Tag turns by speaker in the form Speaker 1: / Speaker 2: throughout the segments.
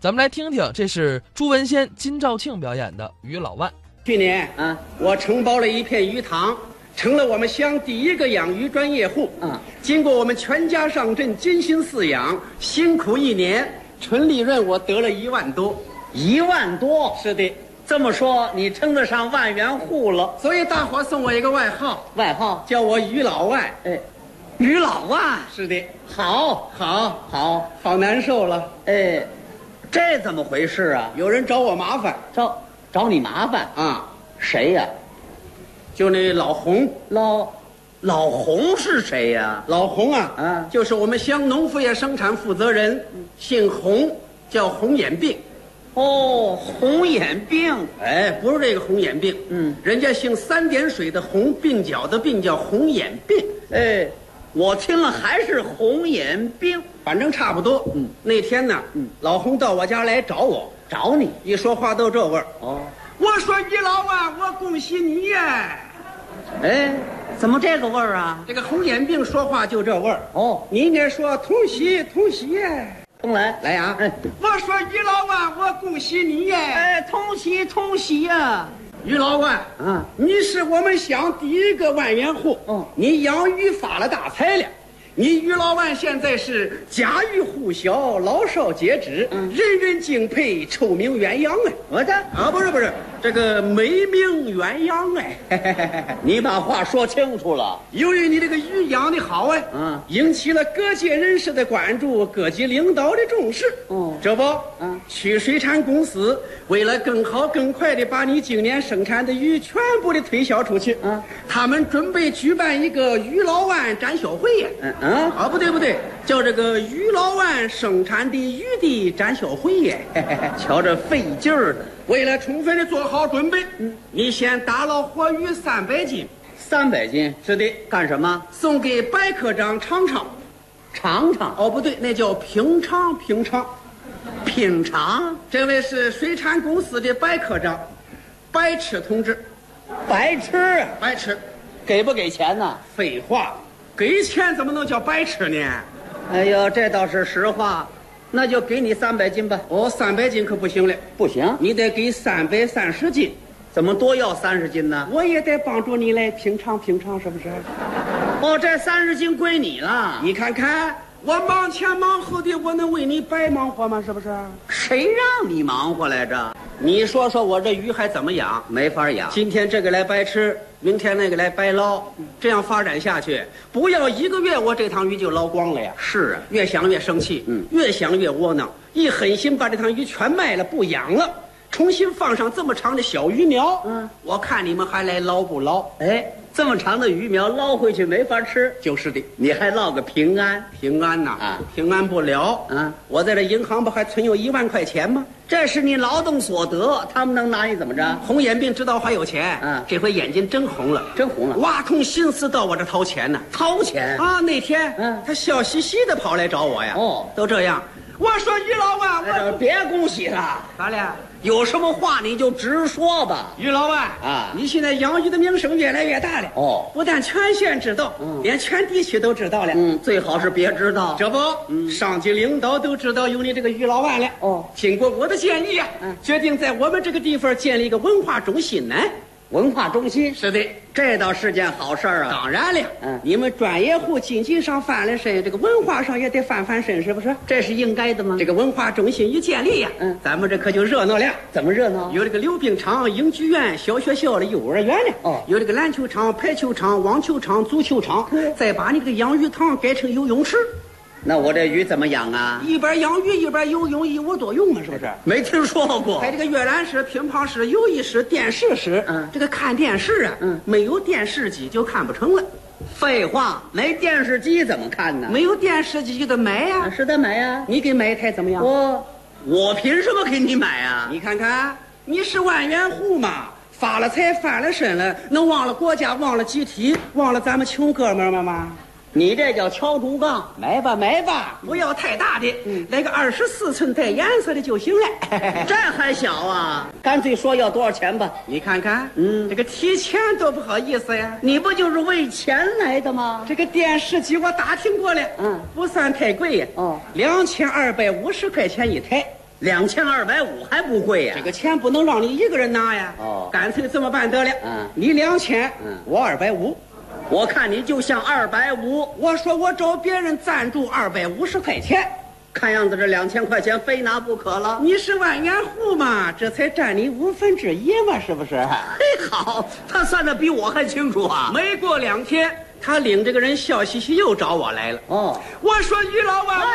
Speaker 1: 咱们来听听，这是朱文先、金兆庆表演的《于老万》。
Speaker 2: 去年
Speaker 3: 啊，
Speaker 2: 我承包了一片鱼塘，成了我们乡第一个养鱼专业户。
Speaker 3: 嗯，
Speaker 2: 经过我们全家上阵，精心饲养，辛苦一年，纯利润我得了一万多。
Speaker 3: 一万多。
Speaker 2: 是的，
Speaker 3: 这么说，你称得上万元户了？
Speaker 2: 所以大伙送我一个外号，
Speaker 3: 外号？
Speaker 2: 叫我于老外。
Speaker 3: 哎，于老啊万。
Speaker 2: 是的，
Speaker 3: 好，
Speaker 2: 好，
Speaker 3: 好，
Speaker 2: 好难受了，
Speaker 3: 哎，这怎么回事啊？
Speaker 2: 有人找我麻烦
Speaker 3: 找找你麻烦？
Speaker 2: 啊，
Speaker 3: 谁呀、
Speaker 2: 就那老洪。
Speaker 3: 老老洪是谁呀、
Speaker 2: 老洪啊，
Speaker 3: 啊嗯
Speaker 2: 就是我们乡农副业生产负责人，姓洪，叫红眼病。
Speaker 3: 哦，红眼病。
Speaker 2: 哎，不是这个红眼病，
Speaker 3: 嗯
Speaker 2: 人家姓三点水的红，鬓角的鬓叫红眼病，
Speaker 3: 哎，我听了还是红眼病。
Speaker 2: 反正差不多。嗯，那天呢，嗯，老洪到我家来找我，
Speaker 3: 找你
Speaker 2: 一说话都这味儿。
Speaker 3: 哦。
Speaker 2: 我说于老啊，我恭喜你耶！
Speaker 3: 哎，怎么这个味儿啊？
Speaker 2: 这个红眼病说话就这味儿。
Speaker 3: 哦，
Speaker 2: 你应该说同喜同喜耶。
Speaker 3: 东来
Speaker 2: 来啊，
Speaker 3: 哎
Speaker 2: 我说于老啊，我恭喜你耶！
Speaker 3: 哎，通喜通喜呀、
Speaker 2: 于老啊，
Speaker 3: 嗯
Speaker 2: 你是我们乡第一个万元户，
Speaker 3: 嗯
Speaker 2: 你养鱼发了大财了。你于老万现在是家喻户晓，老少皆知，
Speaker 3: 嗯
Speaker 2: 人人敬佩，臭名远扬哎！
Speaker 3: 我的
Speaker 2: 啊，不是不是，这个美名远扬哎！
Speaker 3: 你把话说清楚了。
Speaker 2: 由于你这个鱼养的好哎，
Speaker 3: 嗯
Speaker 2: 引起了各界人士的关注，各级领导的重视。
Speaker 3: 哦
Speaker 2: 这不，
Speaker 3: 嗯，
Speaker 2: 区水产公司为了更好更快的把你今年生产的鱼全部的推销出去，
Speaker 3: 嗯，
Speaker 2: 他们准备举办一个鱼老湾展销会呀。
Speaker 3: 嗯嗯，
Speaker 2: 啊，不对不对，叫这个鱼老湾生产的鱼的展销会耶。
Speaker 3: 瞧这费劲儿的，
Speaker 2: 为了充分的做好准备，嗯，你先打捞活鱼三百斤，
Speaker 3: 三百斤
Speaker 2: 是的，
Speaker 3: 干什么？
Speaker 2: 送给白科长尝尝。
Speaker 3: 尝尝，
Speaker 2: 哦，不对，那叫平常平常。
Speaker 3: 品尝。
Speaker 2: 这位是水产公司的白科长，白痴同志，
Speaker 3: 白痴啊，
Speaker 2: 白痴。
Speaker 3: 给不给钱呢？
Speaker 2: 废话，给钱怎么能叫白痴呢？
Speaker 3: 哎呦，这倒是实话，那就给你三百斤吧。
Speaker 2: 哦，三百斤可不行了，
Speaker 3: 不行，
Speaker 2: 你得给三百三十斤。
Speaker 3: 怎么多要三十斤呢？
Speaker 2: 我也得帮助你来平常平常，是不是？
Speaker 3: 哦，这三十斤归你了。
Speaker 2: 你看看，我忙前忙后的，我能为你白忙活吗？是不是？
Speaker 3: 谁让你忙活来着？
Speaker 2: 你说说我这鱼还怎么养？
Speaker 3: 没法养。
Speaker 2: 今天这个来白吃，明天那个来白捞，这样发展下去，不要一个月，我这塘鱼就捞光了呀。
Speaker 3: 是啊，
Speaker 2: 越想越生气，
Speaker 3: 嗯
Speaker 2: 越想越窝囊，一狠心把这塘鱼全卖了，不养了，重新放上这么长的小鱼苗，
Speaker 3: 嗯，
Speaker 2: 我看你们还来捞不捞？
Speaker 3: 哎，这么长的鱼苗捞回去没法吃，
Speaker 2: 就是的，
Speaker 3: 你还落个平安，
Speaker 2: 平安呐、
Speaker 3: 啊
Speaker 2: 平安不了，
Speaker 3: 啊
Speaker 2: 我在这银行不还存有一万块钱吗？
Speaker 3: 这是你劳动所得，他们能拿你怎么着？
Speaker 2: 红眼病知道还有钱，
Speaker 3: 嗯
Speaker 2: 这回眼睛真红了，
Speaker 3: 真红了，
Speaker 2: 挖空心思到我这掏钱呢、
Speaker 3: 掏钱。
Speaker 2: 啊，那天，
Speaker 3: 嗯
Speaker 2: 他笑嘻嘻的跑来找我呀。
Speaker 3: 哦
Speaker 2: 都这样。我说于老万，
Speaker 3: 哎
Speaker 2: 我
Speaker 3: 呦别恭喜了，
Speaker 2: 咋了？
Speaker 3: 有什么话你就直说吧。
Speaker 2: 于老万
Speaker 3: 啊
Speaker 2: 你现在养鱼的名声越来越大了。
Speaker 3: 哦
Speaker 2: 不但全县知道，连全地区都知道了。
Speaker 3: 嗯，最好是别知道。
Speaker 2: 这不，上级领导都知道有你这个于老万了。
Speaker 3: 哦
Speaker 2: 经过我的建议，嗯，决定在我们这个地方建立一个文化中心呢。
Speaker 3: 文化中心，
Speaker 2: 是的，
Speaker 3: 这倒是件好事儿啊。
Speaker 2: 当然了，
Speaker 3: 嗯
Speaker 2: 你们专业户经济上翻了身，这个文化上也得翻翻身，是不是？
Speaker 3: 这是应该的吗？
Speaker 2: 这个文化中心一建立呀，
Speaker 3: 嗯哦
Speaker 2: 咱们这可就热闹了。
Speaker 3: 怎么热闹？
Speaker 2: 有这个溜冰场、影剧院、小学校的幼儿园了，
Speaker 3: 哦
Speaker 2: 有这个篮球场、排球场、网球场、足球场，再把你这个养鱼塘改成游泳池，
Speaker 3: 那我这鱼怎么养啊？
Speaker 2: 一边养鱼一边游泳，一屋多用嘛，啊是不是？
Speaker 3: 没听说过
Speaker 2: 还。这个阅览室、乒乓室、游艺室、电视室，
Speaker 3: 嗯
Speaker 2: 这个看电视啊，
Speaker 3: 嗯
Speaker 2: 没有电视机就看不成了，
Speaker 3: 废话，没电视机怎么看呢？
Speaker 2: 没有电视机就得买呀、
Speaker 3: 啊是得买呀。
Speaker 2: 你给买一台怎么样？
Speaker 3: 我哦我凭什么给你买啊？
Speaker 2: 你看看，你是万元户嘛，发了财翻了身了，能忘了国家，忘了集体，忘了咱们穷哥们儿们吗？
Speaker 3: 你这叫敲竹杠。
Speaker 2: 买吧买吧，不要太大的，来个二十四寸带颜色的就行 了。
Speaker 3: 这还小啊！干脆说要多少钱吧。
Speaker 2: 你看看，嗯，这个提钱多不好意思呀。
Speaker 3: 你不就是为钱来的吗？
Speaker 2: 这个电视机我打听过了，
Speaker 3: 嗯，
Speaker 2: 不算太贵呀，
Speaker 3: 哦，
Speaker 2: 两千二百五十块钱一台。
Speaker 3: 两千二百五还不啊贵呀、
Speaker 2: 这个钱不能让你一个人拿呀。
Speaker 3: 哦
Speaker 2: 干脆这么办得了。
Speaker 3: 嗯
Speaker 2: 你两千，
Speaker 3: 嗯
Speaker 2: 我二百五。
Speaker 3: 我看你就像二百五，
Speaker 2: 我说我找别人赞助二百五十块钱，
Speaker 3: 看样子这两千块钱非拿不可了。
Speaker 2: 你是万元户嘛？这才占你五分之一嘛，是不是？
Speaker 3: 嘿，好，他算的比我还清楚啊。
Speaker 2: 没过两天，他领这个人笑嘻嘻又找我来了。
Speaker 3: 哦，
Speaker 2: 我说于老板，我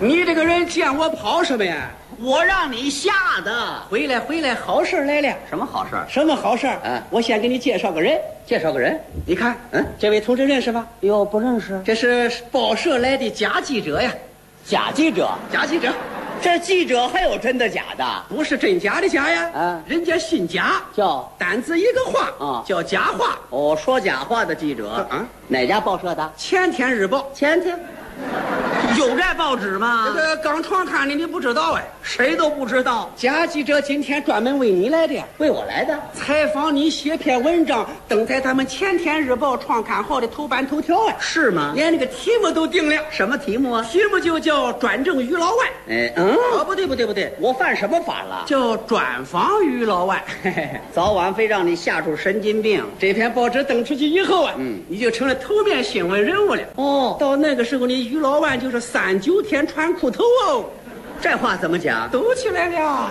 Speaker 2: 这你这个人见我跑什么呀？
Speaker 3: 我让你吓的。
Speaker 2: 回来回来，好事儿来了。
Speaker 3: 什么好事儿？
Speaker 2: 什么好事儿？
Speaker 3: 嗯
Speaker 2: 我先给你介绍个人，
Speaker 3: 介绍个人。
Speaker 2: 你看，
Speaker 3: 嗯
Speaker 2: 这位同志认识吧？
Speaker 3: 哟，不认识。
Speaker 2: 这是报社来的假记者呀，
Speaker 3: 假记者，
Speaker 2: 假记者
Speaker 3: 这记者还有真的假的？
Speaker 2: 不是真假的假呀，
Speaker 3: 嗯
Speaker 2: 人家姓贾，
Speaker 3: 叫
Speaker 2: 单字一个话
Speaker 3: 啊
Speaker 2: 叫假话。
Speaker 3: 哦，说假话的记者
Speaker 2: 啊，
Speaker 3: 哪家报社的？
Speaker 2: 前天日报
Speaker 3: 前天有这报纸吗
Speaker 2: 这个刚创刊的你不知道哎，
Speaker 3: 谁都不知道，
Speaker 2: 贾记者今天专门为你来的呀，
Speaker 3: 为我来的。
Speaker 2: 采访你写篇文章，登在咱们前天日报创刊号的头版头条哎，
Speaker 3: 是吗？
Speaker 2: 连那个题目都定了，
Speaker 3: 什么题目啊？
Speaker 2: 题目就叫转正于老外。
Speaker 3: 哎，嗯，
Speaker 2: 哦，不对不对不对，
Speaker 3: 我犯什么法了？
Speaker 2: 叫转访于老 外。
Speaker 3: 嘿嘿嘿 早晚非让你吓出神经病。
Speaker 2: 这篇报纸登出去以后啊，
Speaker 3: 嗯
Speaker 2: 你就成了头面新闻人物了。
Speaker 3: 哦，
Speaker 2: 到那个时候，你于老万就是三九天穿裤头哦，
Speaker 3: 这话怎么讲？
Speaker 2: 抖起来了，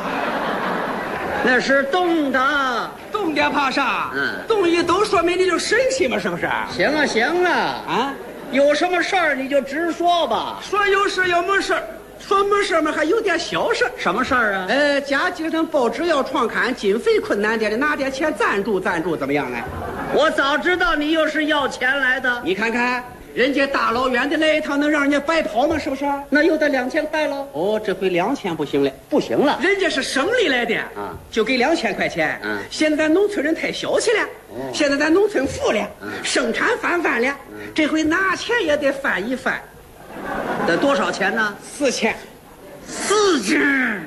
Speaker 3: 那是冻的。
Speaker 2: 动点怕啥？
Speaker 3: 嗯
Speaker 2: 动一抖，说明你就神气嘛，是不是？
Speaker 3: 行啊，行啊，
Speaker 2: 啊，
Speaker 3: 有什么事儿你就直说吧。
Speaker 2: 说有事要没事儿说没事儿嘛还有点小事儿。
Speaker 3: 什么事儿啊？
Speaker 2: 呃，家今天报纸要创刊，经费困难点的拿点钱赞助赞助，怎么样呢？
Speaker 3: 我早知道你又是要钱来的，
Speaker 2: 你看看，人家大老远的来一趟，能让人家白跑吗？是不是？
Speaker 3: 那又得两千块了。
Speaker 2: 哦，这回两千不行了。
Speaker 3: 不行了，
Speaker 2: 人家是省里来的，
Speaker 3: 嗯
Speaker 2: 就给两千块钱。
Speaker 3: 嗯
Speaker 2: 现在咱农村人太小气了，现在咱农村富了，生产翻番了，这回拿钱也得翻一翻，
Speaker 3: 得多少钱呢？
Speaker 2: 四千。
Speaker 3: 四千。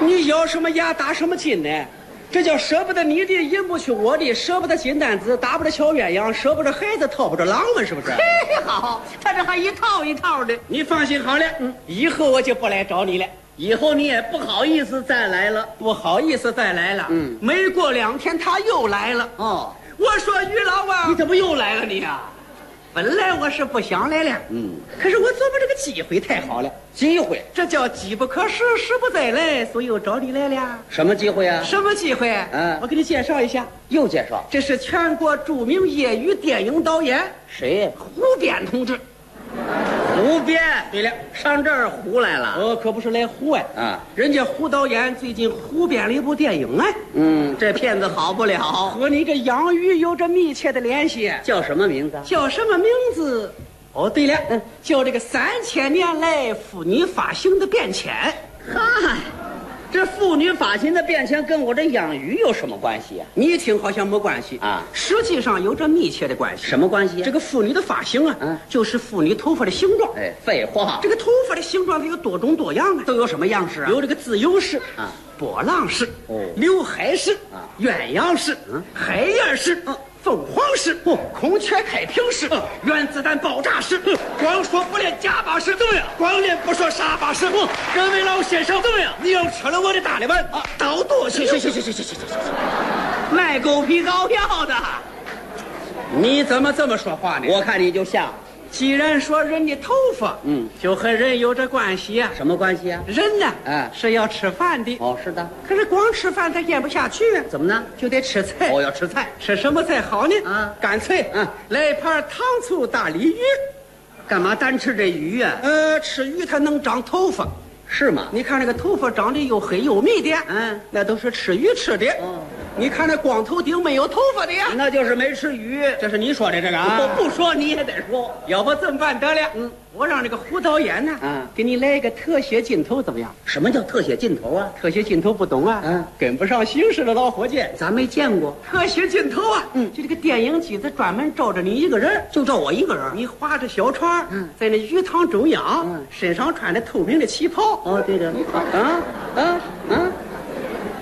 Speaker 2: 你咬什么牙打什么筋呢？这叫舍不得你的，引不去我的；舍不得金蛋子，打不着小鸳鸯；舍不着孩子，套不着狼们，是不是？
Speaker 3: 嘿，好，他这还一套一套的，
Speaker 2: 你放心好了，嗯以后我就不来找你了。
Speaker 3: 以后你也不好意思再来了。
Speaker 2: 不好意思，再来了。
Speaker 3: 嗯
Speaker 2: 没过两天他又来了。
Speaker 3: 哦，
Speaker 2: 我说于老啊，
Speaker 3: 你怎么又来了你呀、
Speaker 2: 本来我是不想来了，
Speaker 3: 嗯，
Speaker 2: 可是我琢磨这个机会太好了，
Speaker 3: 机会？
Speaker 2: 这叫机不可失，失不再来，所以我找你来了。
Speaker 3: 什么机会啊？
Speaker 2: 什么机会？
Speaker 3: 嗯
Speaker 2: 我给你介绍一下，
Speaker 3: 又介绍
Speaker 2: 这是全国著名业余电影导演
Speaker 3: 谁？
Speaker 2: 胡编同志。
Speaker 3: 胡编。
Speaker 2: 对了，
Speaker 3: 上这儿胡来了。
Speaker 2: 我可不是来胡哎，
Speaker 3: 哦啊，
Speaker 2: 人家胡导演最近胡编了一部电影哎，
Speaker 3: 嗯，这骗子好不了。
Speaker 2: 和你这养鱼有着密切的联系。
Speaker 3: 叫什么名字？啊
Speaker 2: 叫什么名字？哦，对了，嗯，叫这个三千年来妇女发型的变迁。
Speaker 3: 嗨，这妇女发型的变迁跟我这养鱼有什么关系啊？
Speaker 2: 你一听好像没关系
Speaker 3: 啊
Speaker 2: 实际上有着密切的关系。
Speaker 3: 什么关系、啊
Speaker 2: 这个妇女的发型啊，
Speaker 3: 嗯
Speaker 2: 就是妇女头发的形状。
Speaker 3: 哎，废话，
Speaker 2: 这个头发的形状它有多种多样啊，
Speaker 3: 都有什么样式啊？
Speaker 2: 有这个自由式
Speaker 3: 啊，
Speaker 2: 波浪式，
Speaker 3: 哦
Speaker 2: 刘海式
Speaker 3: 啊，
Speaker 2: 鸳鸯式，海燕式，凤凰式，孔雀开屏式，原子弹爆炸式，光说不练假巴嗯式，怎么样？光练不说沙巴式，各位老先生，怎么样？你要吃了我的大力丸啊，倒剁去！行行行行行行行行，卖狗皮膏药的，你怎么这么说 话呢？
Speaker 3: 我看你就像
Speaker 2: 既然说人的头发，
Speaker 3: 嗯，
Speaker 2: 就和人有着关系呀、
Speaker 3: 什么关系啊？
Speaker 2: 人呢，
Speaker 3: 哎
Speaker 2: 是要吃饭的，
Speaker 3: 哦，是的，
Speaker 2: 可是光吃饭他咽不下去啊，
Speaker 3: 怎么呢？哦
Speaker 2: 就得吃菜。
Speaker 3: 我要吃菜，
Speaker 2: 吃什么菜好呢？
Speaker 3: 啊
Speaker 2: 干脆，
Speaker 3: 嗯
Speaker 2: 来一盘糖醋大鲤鱼。
Speaker 3: 干嘛单吃这鱼啊呀、
Speaker 2: 呃，吃鱼它能长头发，
Speaker 3: 是吗？
Speaker 2: 你看那个头发长得又黑又密的，
Speaker 3: 嗯，
Speaker 2: 那都是吃鱼吃的。
Speaker 3: 哦
Speaker 2: 你看那光头顶没有头发的呀，
Speaker 3: 那就是没吃鱼。
Speaker 2: 这是你说的这个
Speaker 3: 我
Speaker 2: 啊？
Speaker 3: 不说你也得说。
Speaker 2: 要不这么办得了？嗯，我让这个胡导演呢，
Speaker 3: 嗯
Speaker 2: 啊给你来一个特写镜头，怎么样？
Speaker 3: 什么叫特写镜头啊？
Speaker 2: 特写镜头不懂啊，
Speaker 3: 嗯
Speaker 2: 跟不上形势的老伙计。
Speaker 3: 咱没见过，
Speaker 2: 特写镜头啊，嗯，就这个电影机子专门照着你一个人儿，
Speaker 3: 就照我一个人。
Speaker 2: 你划着小船，嗯，在那鱼塘中央，
Speaker 3: 嗯哦
Speaker 2: 身上穿着透明的旗袍，
Speaker 3: 哦，对的，
Speaker 2: 啊啊啊！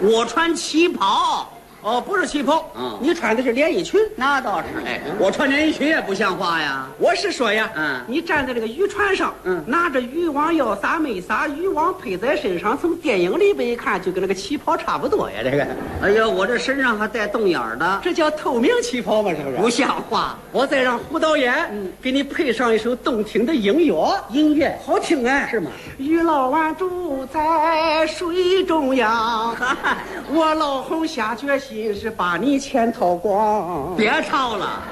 Speaker 3: 我穿旗袍，
Speaker 2: 哦，不是旗袍，
Speaker 3: 嗯
Speaker 2: 你穿的是连衣裙。
Speaker 3: 那倒是，哎，
Speaker 2: 我穿连衣裙也不像话。
Speaker 3: 话呀，
Speaker 2: 我是说呀，
Speaker 3: 嗯
Speaker 2: 你站在这个渔船上，
Speaker 3: 嗯
Speaker 2: 拿着渔网要撒没撒，渔网配在身上，从电影里边一看，就跟那个旗袍差不多呀。这个，
Speaker 3: 哎呀，我这身上还带洞眼儿的，
Speaker 2: 这叫透明旗袍吗？是不是？
Speaker 3: 不像话。嗯
Speaker 2: 我再让胡导演，给你配上一首动听的音乐，
Speaker 3: 音乐
Speaker 2: 好听哎、
Speaker 3: 是吗？
Speaker 2: 于老万住在水中央， 我老红下决心是把你钱掏光。
Speaker 3: 别唱了，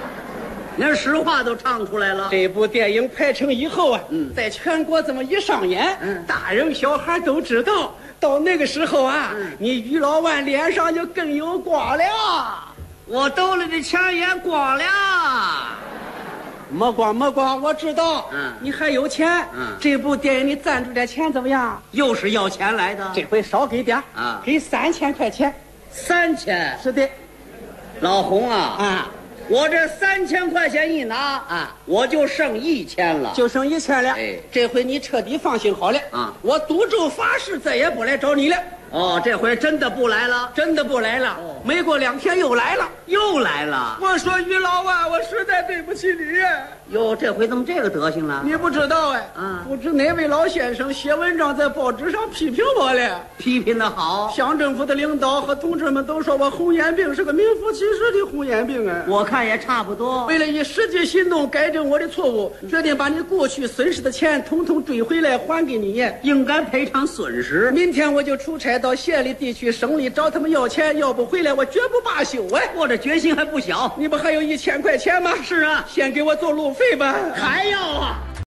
Speaker 3: 连实话都唱出来了。
Speaker 2: 这部电影拍成以后啊，
Speaker 3: 嗯
Speaker 2: 在全国这么一上演，大人小孩都知道。到那个时候啊，
Speaker 3: 嗯
Speaker 2: 你于老万脸上就更有光了。
Speaker 3: 我兜里的钱也光了。
Speaker 2: 没光没光，我知道。
Speaker 3: 嗯
Speaker 2: 你还有钱。
Speaker 3: 嗯
Speaker 2: 这部电影你赞助点钱怎么样？
Speaker 3: 又是要钱来的，
Speaker 2: 这回少给点儿
Speaker 3: 啊
Speaker 2: 给三千块钱。
Speaker 3: 三千，
Speaker 2: 是的，
Speaker 3: 老红啊
Speaker 2: 啊，
Speaker 3: 我这三千块钱一拿啊，我就剩一千了。
Speaker 2: 就剩一千了。
Speaker 3: 哎
Speaker 2: 这回你彻底放心好了。
Speaker 3: 啊
Speaker 2: 我赌咒发誓再也不来找你了，
Speaker 3: 哦，这回真的不来了，
Speaker 2: 真的不来了。没过两天又来了。
Speaker 3: 又来了。
Speaker 2: 哦我说于老啊，我实在对不起你，
Speaker 3: 哟，这回怎么这个德行了？
Speaker 2: 你不知道哎。
Speaker 3: 啊
Speaker 2: 不知哪位老先生写文章在报纸上批评我了。
Speaker 3: 批评的好，
Speaker 2: 乡政府的领导和同志们都说我红眼病是个名副其实的红眼病哎。
Speaker 3: 我看也差不多。
Speaker 2: 为了以实际行动改正我的错误，决定把你过去损失的钱统统追回来还给你。
Speaker 3: 应该赔偿损失。
Speaker 2: 明天我就出差到县里、地区、省里找他们要钱，要不回来我绝不罢休哎！
Speaker 3: 我这决心还不小。
Speaker 2: 你不还有一千块钱吗？
Speaker 3: 是啊，
Speaker 2: 先给我做路费吧。
Speaker 3: 还要啊。